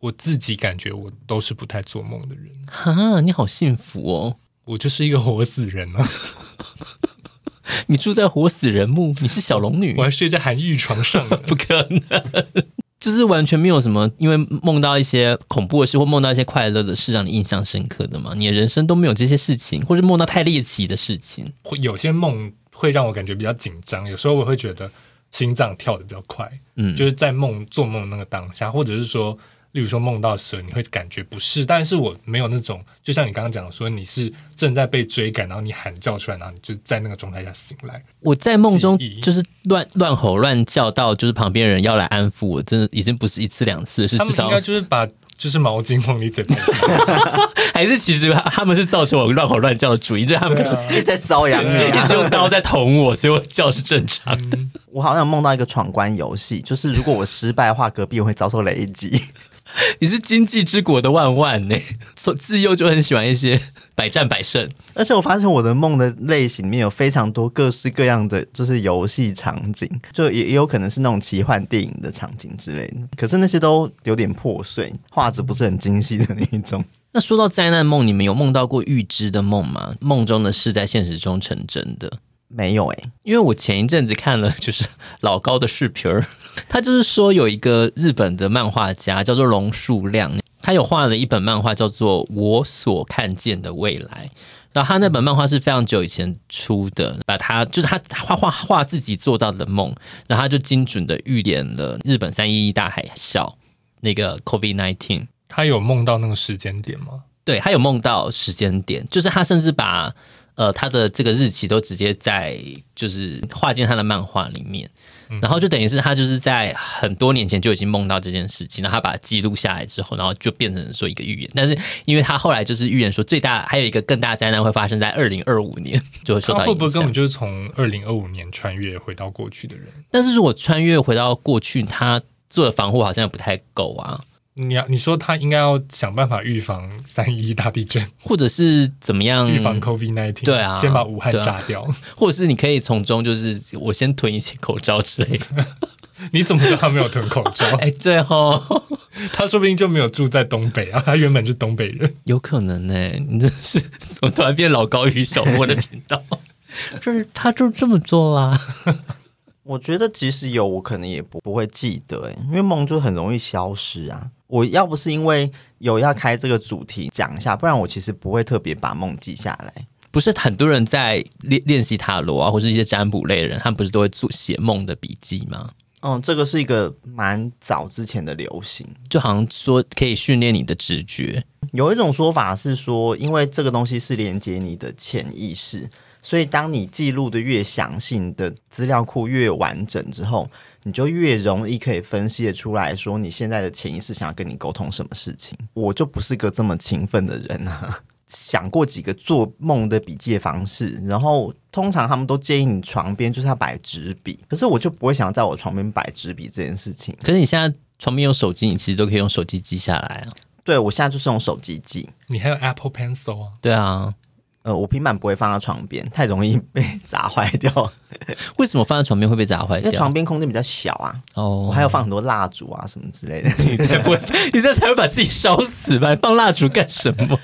我自己感觉我都是不太做梦的人，哈，你好幸福哦。我就是一个活死人啊！你住在活死人墓，你是小龙女 。我，还睡在韩愈床上呢不可能。就是完全没有什么，因为梦到一些恐怖的事或梦到一些快乐的事让你印象深刻的嘛？你的人生都没有这些事情，或是梦到太猎奇的事情。会有些梦会让我感觉比较紧张，有时候我会觉得心脏跳的比较快，嗯，就是在梦做梦那个当下，或者是说，例如说梦到蛇，你会感觉不适，但是我没有那种，就像你刚刚讲的说，你是正在被追赶，然后你喊叫出来，然后你就在那个状态下醒来，我在梦中记忆就是乱乱吼乱叫到，就是旁边人要来安抚我，真的已经不是一次两次，是他至们应少该就是把就是毛巾往你嘴巴里 塞，还是其实他们是造成我乱吼乱叫的主意，就是他们可对能啊，在搔痒对你 啊一直用刀在捅我，所以我叫是正 常的。我好像有梦到一个闯关游戏，就是如果我失败的话，隔壁我会遭受雷击。你是经济之国的万万呢、所自幼就很喜欢一些百战百胜。而且我发现我的梦的类型里面有非常多各式各样的，就是游戏场景，就也也有可能是那种奇幻电影的场景之类的。可是那些都有点破碎，画质不是很精细的那一种。那说到灾难梦，你们有梦到过预知的梦吗？梦中的事在现实中成真的？没有哎、因为我前一阵子看了就是老高的视频儿， 他就是说有一个日本的漫画家叫做龙树亮，他有画了一本漫画叫做《我所看见的未来》。然后他那本漫画是非常久以前出的，把他就是他他画画画自己做到的梦，然后他就精准的预言了日本三一一大海啸那个 COVID nineteen，他有梦到那个时间点吗？对他有梦到时间点，就是他甚至把呃他的这个日期都直接在就是画进他的漫画里面，嗯然后就等于是他就是在很多年前就已经梦到这件事情，然后他把它记录下来之后，然后就变成说一个预言。但是因为他后来就是预言说最大还有一个更大灾难会发生在二零二五年，就会受他到会不影会响根本。就是从二零二五年穿越回到过去的人？但是如果穿越回到过去，他做的防护好像也不太够啊。你要你说他应该要想办法预防三一大地震，或者是怎么样预防 COVID nineteen，嗯对啊先把武汉对啊炸掉。 或者是你可以从中就是我先囤一些口罩之类的。你怎么知道他没有囤口罩？哎、最后他说不定就没有住在东北啊，他原本是东北人。 有可能呢、你这是怎么突然变老高与小莫的频道？ 就是他就这么做啊啦。我觉得即使有，我可能也不不会记得、欸，因为梦就很容易消失啊。我要不是因为有要开这个主题讲一下，不然我其实不会特别把梦记下来。不是很多人在练练习塔罗啊，或者一些占卜类的人，他们不是都会做写梦的笔记吗？嗯，这个是一个蛮早之前的流行。就好像说可以训练你的直觉，有一种说法是说，因为这个东西是连接你的潜意识，所以当你记录的越详细，你的资料库越完整之后，你就越容易可以分析的出来说你现在的潜意识想要跟你沟通什么事情。我就不是个这么勤奋的人啊。想过几个做梦的笔记的方式，然后通常他们都建议你床边就是要摆纸笔，可是我就不会想在我床边摆纸笔这件事情。可是你现在床边有手机，你其实都可以用手机记下来啊。对我现在就是用手机记，你还有 Apple Pencil 啊？对啊，呃，我平板不会放在床边，太容易被砸坏 掉，为什么放在床边会被砸坏因为掉床？边空间比较小啊。哦 我还有放很多蜡烛啊什么之类的。你才不会，你这样才会把自己烧死吧？放蜡烛干什么？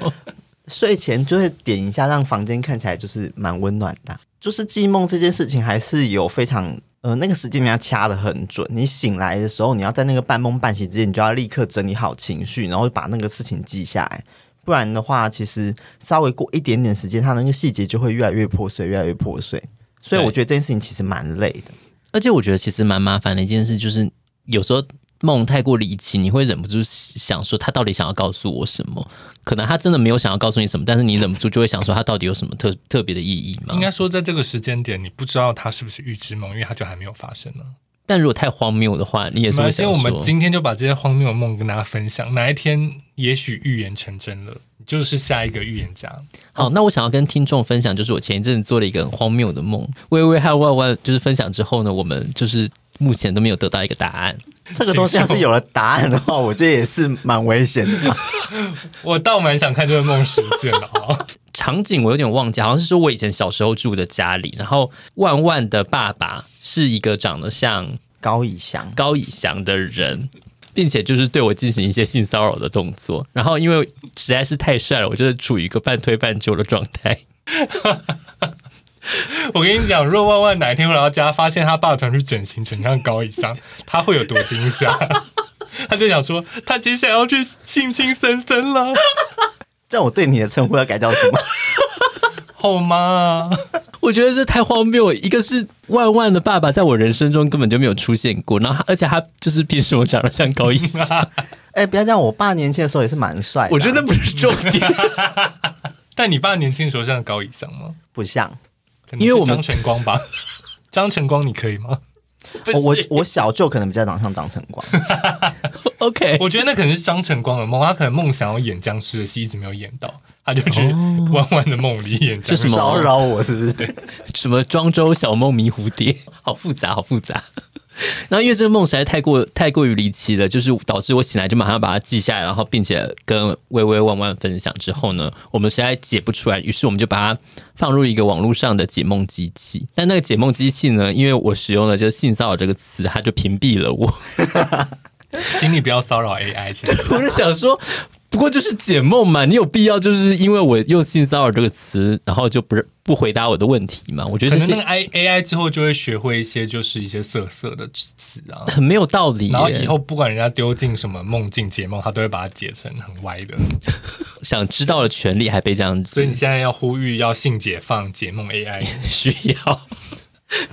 睡前就会点一下，让房间看起来就是蛮温暖的啊。就是记梦这件事情，还是有非常呃那个时间你要掐的很准。你醒来的时候，你要在那个半梦半醒之间，你就要立刻整理好情绪，然后把那个事情记下来。不然的话，其实稍微过一点点时间，它那个细节就会越来越破碎，越来越破碎。所以我对觉得这件事情其实蛮累的。而且我觉得其实蛮麻烦的一件事，就是有时候梦太过离奇，你会忍不住想说他到底想要告诉我什么？可能他真的没有想要告诉你什么，但是你忍不住就会想说他到底有什么特特别的意义吗应？该说，在这个时间点，你不知道它是不是预知梦，因为它就还没有发生呢。但如果太荒谬的话，你也没是会关系，想我们说。今天就把这些荒谬的梦跟大家分享。哪一天也许预言成真了，你就是下一个预言家。好，那我想要跟听众分享，就是我前一阵子做了一个很荒谬的梦，微微和万万就是分享之后呢，我们就是目前都没有得到一个答案。这个东西要是有了答案的话，我觉得也是蛮危险的吧。我倒蛮想看这个梦实践的啊！场景我有点忘记，好像是说我以前小时候住的家里，然后万万的爸爸是一个长得像高以翔，高以翔的人，并且就是对我进行一些性骚扰的动作。然后因为实在是太帅了，我就是处于一个半推半就的状态。 我跟你讲，若 万万哪一天回到家，发现他爸突然去整形，整像高以翔，他会有多惊吓？他就想说他接下来要去性侵森森了，这样我对你的称呼要改叫什么？好吗？我觉得这太荒谬了。一个是万万的爸爸，在我人生中根本就没有出现过，然后他而且他就是凭什么长得像高一 翔？ 哎、不要这样，我爸年轻的时候也是蛮帅的啊，我觉得那不是重点。但你爸年轻的时候像高以翔吗？不像。可能是因为我们张 晨光吧，张晨光你可以吗？哦我我小舅可能比较长像张晨 光， OK，我觉得那可能是张晨光的梦，他可能梦想要演僵尸的戏一直没有演到，他就去弯弯的梦里演僵哦这是尸什。么骚扰我是不 是？什么庄周小梦迷蝴蝶， 好复杂，好复杂。 然后因为这个梦实在太过太过于离奇了，就是导致我醒来就马上把它记下来，然后并且跟微微万万分享。之后呢，我们实在解不出来，于是我们就把它放入一个网络上的解梦机器。但那个解梦机器呢，因为我使用了就是性骚扰这个词，它就屏蔽了我。 请你不要骚扰 AI，请你我就想说，不过就是解梦嘛，你有必要就是因为我用性骚扰这个词，然后就不是不回答我的问题嘛？我觉得可这能那个些 I AI 之后就会学会一些就是一些色色的词啊，很没有道理耶。然后以后不管人家丢进什么梦境解梦，他都会把它解成很歪的。想知道的权利还被这样子，所以你现在要呼吁要性解放解梦 AI， 需要，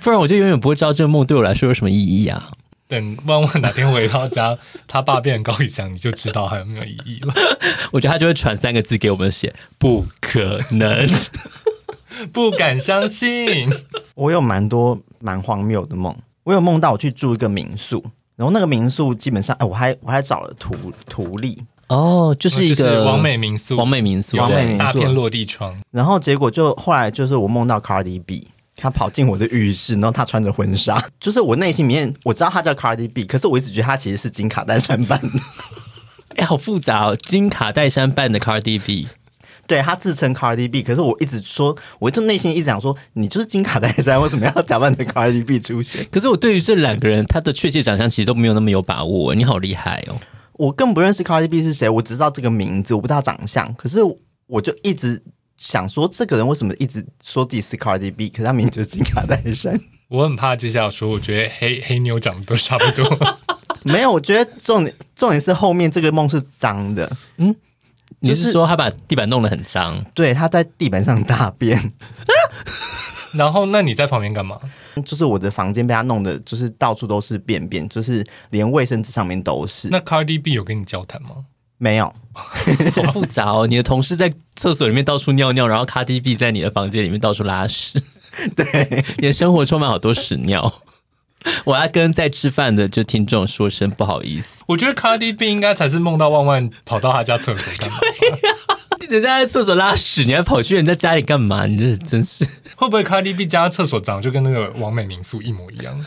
不然我就永远不会知道这个梦对我来说有什么意义啊！等万万哪天回到家，他爸变成高以翔，你就知道还有没有意义了。我觉得他就会传三个字给我们写，不可能。 不敢 相信，哦我有蛮多蛮荒谬的梦，我有梦到我去住一个民宿，然后那个民宿基本上，哎、我还我还找了图图例，哦，就是一就个是完美民宿，完美民哎宿，完完美对民美宿大片落地窗，然后结果就后来就是我梦到 Cardi B，她跑进我的浴室，然后她穿着婚纱，就是我内心里面我知道她叫 Cardi B，可是我一直觉得她其实是金卡戴珊扮的，哎，好复杂哦！金卡戴珊扮的 Cardi B，对她自称 Cardi B，可是我一直说，我就内心一直想说，你就是金卡戴珊，为什么要假扮成 Cardi B 出现？可是我对于这两个人他的确切长相其实都没有那么有把握。你好厉害哦！我更不认识 Cardi B 是谁，我只知道这个名字，我不知道长相。可是我就一直想说，这个人为什么一直说自己是 Cardi B，可是他名字就是金卡戴珊？我很怕接下来说，我觉得黑黑妞长得都差不 多。没有，我觉得重点重点是后面这个梦是脏的，你就是是说他把地板弄得很脏？对，他在地板上大便， 然后，那你在旁边干嘛？就是我的房间被他弄得就是到处都是便便，就是连卫生纸上面都是。那 Cardi B 有跟你交谈吗？没有，好复杂哦！你的同事在厕所里面到处尿尿，然后 Cardi B 在你的房间里面到处拉屎，对， 你的生活充满好多屎尿。我要跟在吃饭的就听众说声不好意思，我觉得 Cardi B 应该才是梦到万万跑到他家厕所 干嘛？人家在厕所拉屎，你还跑去人家家里干嘛？你这真是会不会 Cardi B 家厕所长得就跟那个完美民宿一模一样？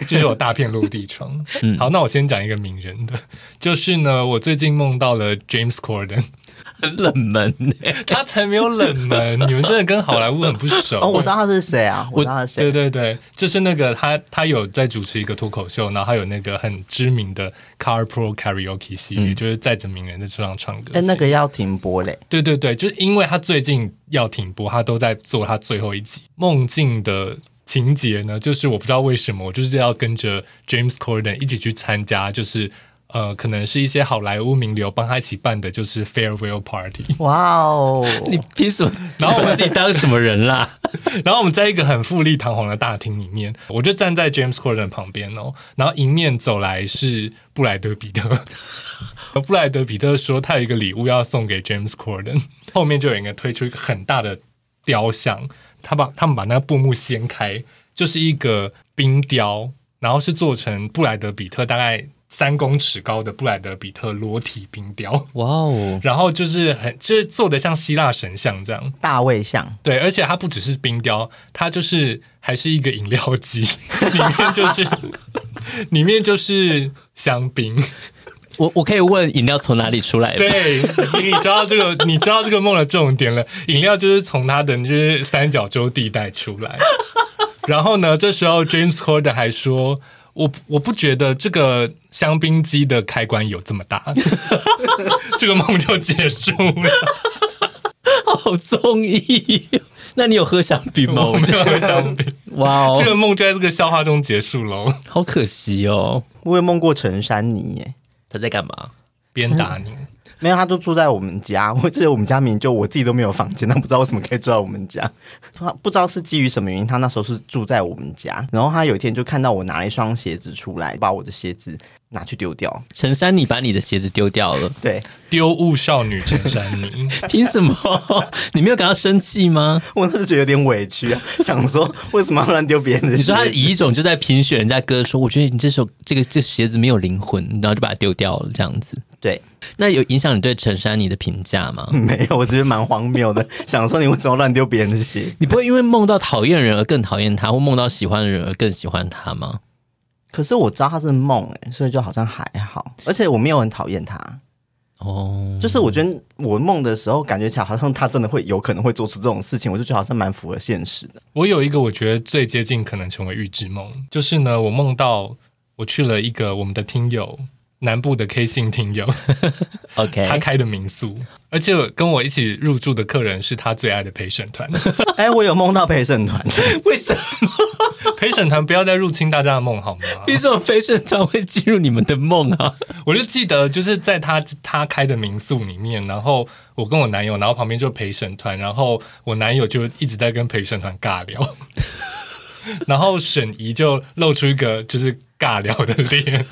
就是有大片落地窗。嗯好，那我先讲一个名人的，就是呢，我最近梦到了 James Corden，很冷门、欸。他才没有冷 门，你们真的跟好莱坞很不熟。哦，我知道他是谁啊，我知道他是对谁。对对，就是那个他，他有在主持一个脱口秀，然后还有那个很知名的 Car Pro Karaoke 系列，就是载着名人在车上唱歌。嗯哎但那个要停播嘞，对对对，就是因为他最近要停播，他都在做他最后一集梦境的情节呢，就是我不知道为什么，我就是要跟着 James Corden 一起去参加，就是呃，可能是一些好莱坞名流帮他一起办的，就是 farewell party。哇哦！你凭什么？然后我自己当什么人啦？然后我们在一个很富丽堂皇的大厅里面，我就站在 James Corden 旁边哦，然后迎面走来是布莱德彼特。 布莱德彼特说他有一个礼物要送给 James Corden，后面就有人推出一个很大的雕像，他把他们把那个布幕掀开，就是一个冰雕，然后是做成布莱德彼特大概三公尺高的布莱德比特裸体冰雕，哇哦！然后就是很就是做的像希腊神像这样。大卫像，对，而且它不只是冰雕，它就是还是一个饮料机，里面就是里面就是香槟。我我可以问饮料从哪里出来吗？对，你知道这个，你知道这个梦的重点了。饮料就是从它的就是三角洲地带出来。然后呢，这时候 James Corden 还说：“我我不觉得这个香槟机的开关有这么大。”这个梦就结束了。好综艺。那你有喝香槟吗？我没有喝香槟，哇这个哦，梦就在这个笑话中结束喽。好可惜哦。我也梦过陈珊妮耶，他在干嘛？鞭打你。没有，他就住在我们家。 我记得我们家明明就我自己都没有房间，但不知道为什么可以住在我们家。他不知道是基于什么原因，他那时候是住在我们家。然后他有一天就看到我拿了一双鞋子出来，把我的鞋子拿去丢掉。陈珊妮把你的鞋子丢掉了， 对丢物少女嗯陈珊妮，凭什么？ 你没有感到生气吗？我那时候觉得有点委屈啊， 想说为什么要乱丢别人的你鞋子？说他以一种就在评选人家歌，说我觉得你这首这个这鞋子没有灵魂，然后就把它丢掉了这样子。对，那有影响你对陈珊妮的评价吗？没有，我觉得蛮荒谬的。想说你为什么要乱丢别人的鞋？你不会因为梦到讨厌人而更讨厌他，或梦到喜欢的人而更喜欢他吗？可是我知道他是梦哎、所以就好像还好。而且我没有很讨厌他，哦，就是我觉得我梦的时候感觉起来好像他真的会有可能会做出这种事情，我就觉得好像蛮符合现实的。 我有一个我觉得最接近可能成为预知梦，就是呢，我梦到我去了一个我们的听友南部的 K 姓听友， OK， 他开的民宿，而且跟我一起入住的客人是他最爱的陪审团。哎、我有梦到陪审团，为什么？陪审团不要再入侵大家的梦好吗？为什么飞顺团会进入你们的梦啊？我就记得就是在他他开的民宿里面，然后我跟我男友，然后旁边就陪审团，然后我男友就一直在跟陪审团尬聊， 然后沈怡就露出一个就是尬聊的脸，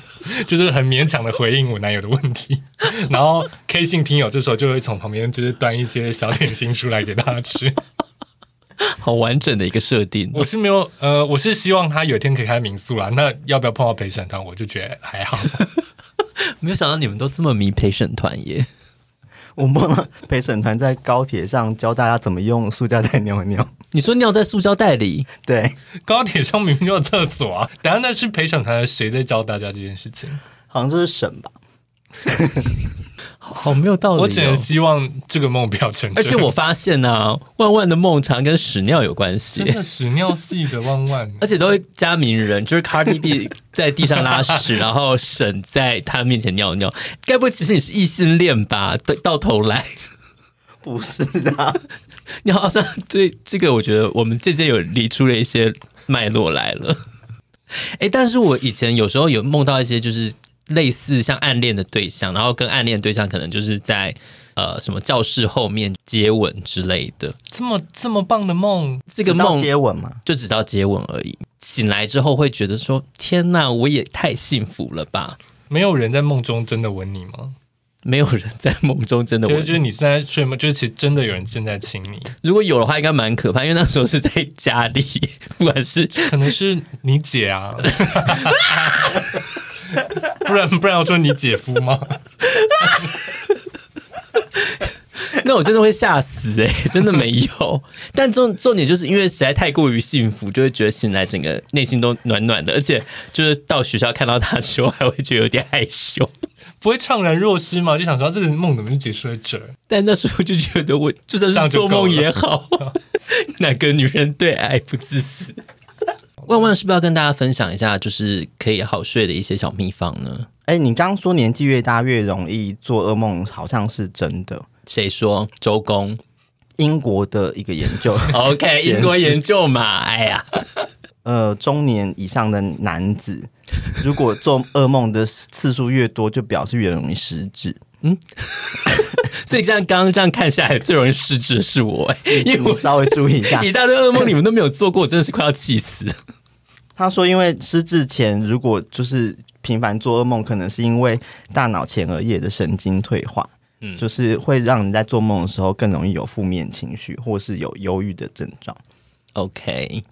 就是很勉强的回应我男友的问题，然后 K 姓听友这时候就会从旁边就是端一些小点心出来给大家吃。好完整的一个设定，我是没有，呃，我是希望他有一天可以开民宿啦。那要不要碰到陪审团，我就觉得还好。没有想到你们都这么迷陪审团耶！我梦到陪审团在高铁上教大家怎么用塑胶袋尿尿。你说尿在塑胶袋里，对，高铁上明明就有厕所啊， 等下那是陪审团的谁在教大家这件事情？好像就是神吧。好好没有道理、哦。我只能希望这个梦不要成 真。而且我发现啊，万万的梦常跟屎尿有关 真系，的屎尿系的万万而且都会加名人，就是 Cardi B 在地上拉屎，然后沈在他面前尿尿。该不会其实你是异性恋吧？到到头来，不是啊，你好像对这个，我觉得我们渐渐有理出了一些脉络来了。哎，但是我以前有时候有梦到一些就是类似像暗恋的对象，然后跟暗恋对象可能就是在呃什么教室后面接吻之类的。这么这么棒的梦，这个直到梦接吻嘛，就只到接吻而已。醒来之后会觉得说：“天呐，我也太幸福了吧！”没有人在梦中真的吻你吗？没有人在梦中真的对，吻就是你现在睡梦，就是其实真的有人正在亲 你，如果有的话，应该蛮可怕，因为那时候是在家里， 不管是可能是你姐 啊，不然不然我说你姐夫吗？那我真的会吓死哎、真的没 有。但重重点就是因为实在太过于幸福，就会觉得醒来整个内心都暖暖的，而且就是到学校看到他的时候，还会觉得有点害羞。不会怅然若失吗？就想说啊这个梦怎么就结束在这儿？但那时候就觉得 我就算这是样就做够梦了也 好，哪个女人对爱不自私？万万是不是要跟大家分享一下，就是可以好睡的一些小秘方呢？哎、你刚刚说年纪越大越容易做噩梦，好像是真的。谁说周 公英国的一个研 究， ？OK，显英国示研究嘛，哎呀，呃，中年以上的男子，如果做噩梦的次数越多，就表示越容易失智。所以这样刚刚这样看下来，最容易失智的是我、哎，因为你我，稍微注意一下 一大堆噩梦你们都没有做过，我真的是快要气死。他说，因为失智前如果就是频繁做噩梦，可能是因为大脑前额叶的神经退化，嗯就是会让你在做梦的时候更容易有负面情绪，或是有忧郁的症状。 OK，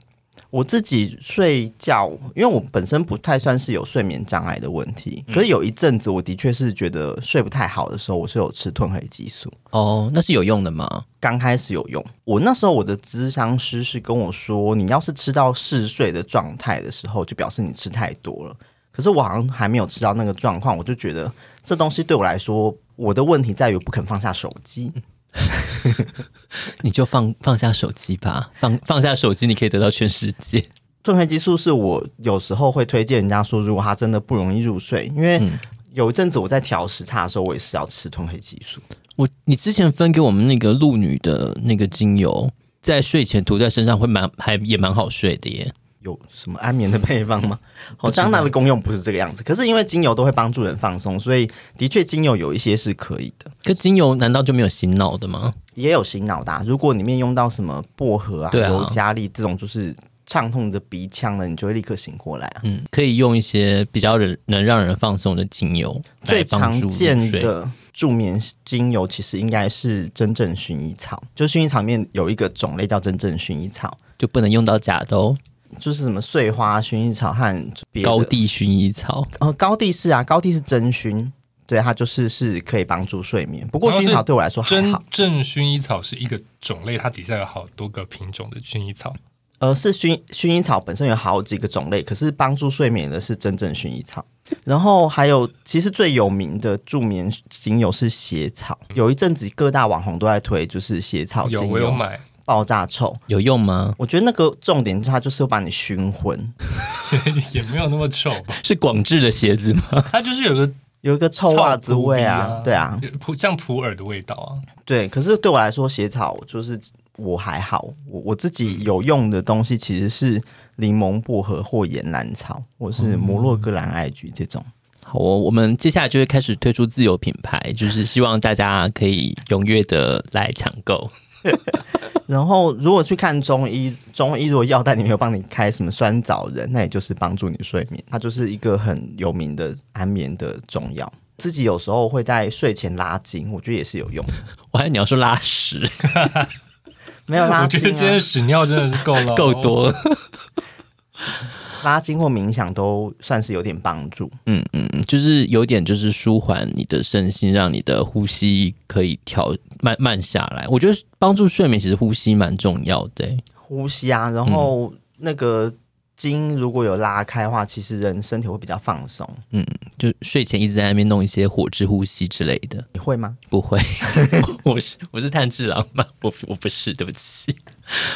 我自己睡觉，因为我本身不太算是有睡眠障碍的问题，可是有一阵子我的确是觉得睡不太好的时候，我是有吃褪黑激素。哦，那是有用的吗？刚开始有用。我那时候我的咨商师是跟我说，你要是吃到嗜睡的状态的时候，就表示你吃太多了。可是我好像还没有吃到那个状况，我就觉得这东西对我来说，我的问题在于我不肯放下手机。你就放放下手机吧，放放下手机，你可以得到全世界。褪黑激素是我有时候会推荐人家说，如果他真的不容易入睡，因为有一阵子我在调时差的时候，我也是要吃褪黑激素。我你之前分给我们那个鹿女的那个精油，在睡前涂在身上会蛮还也蛮好睡的耶。有什么安眠的配方吗？好像它的功用不是这个样子。可是因为精油都会帮助人放松，所以的确精油有一些是可以的，可精油难道就没有醒脑的吗？也有醒脑的啊、如果里面用到什么薄荷啊、对啊尤加利这种，就是畅通你的鼻腔了，你就会立刻醒过来啊。嗯，可以用一些比较人能让人放松的精油来最帮常助入见睡。的助眠精油其实应该是真正薰衣草，就薰衣草里面有一个种类叫真正薰衣草，就不能用到假的哦。就是什么碎花薰衣草和别的高地薰衣草，呃，高地是啊，高地是真薰，对，它就是是可以帮助睡眠。不过然后薰衣是草对哦我来说还真好，正薰衣草是一个种类，它底下有好多个品种的薰衣草。呃，是薰薰衣草本身有好几个种类，可是帮助睡眠的是真正薰衣草。然后还有，其实最有名的助眠精油是血草，有一阵子各大网红都在推，就是血草有，精我有油买， 爆炸臭。有用吗？我觉得那个重点，它就是要把你熏昏，也没有那么臭吧？ 是广智的鞋子吗？它就是有个有一个臭袜子味臭扑鼻啊，对啊，普像普洱的味道啊。对，可是对我来说，写草就是我还好，我我自己有用的东西其实是柠檬薄荷或岩兰草，或嗯是摩洛哥蓝艾菊这种。好哦，我们接下来就会开始推出自有品牌，就是希望大家可以踊跃的来抢购。然后如果去看中医，中医如果药袋里面有帮你开什么酸枣仁，那也就是帮助你睡眠，它就是一个很有名的安眠的中药。自己有时候会在睡前拉筋，我觉得也是有用的。我还以为你要说拉屎没有我拉觉筋、得今啊天，屎尿真的是够 了，哦够。多，拉筋或冥想都算是有点帮助。嗯嗯，嗯，就是有点就是舒缓你的身心，让你的呼吸可以调慢慢下来。我觉得帮助睡眠其实呼吸蛮重要的欸、呼吸啊，然后那个筋如果有拉开的话，其实人身体会比较放松。就睡前一直在那边弄一些火之呼吸之类的。你会吗？不 会，我是我是炭治郎吗？我我不是，对不起。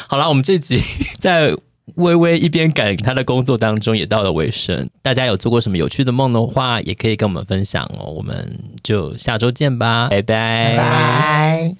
好啦，我们这集在微微一边赶他的工作当中，也到了尾声。大家有做过什么有趣的梦的话，也可以跟我们分享哦。我们就下周见吧，拜拜拜。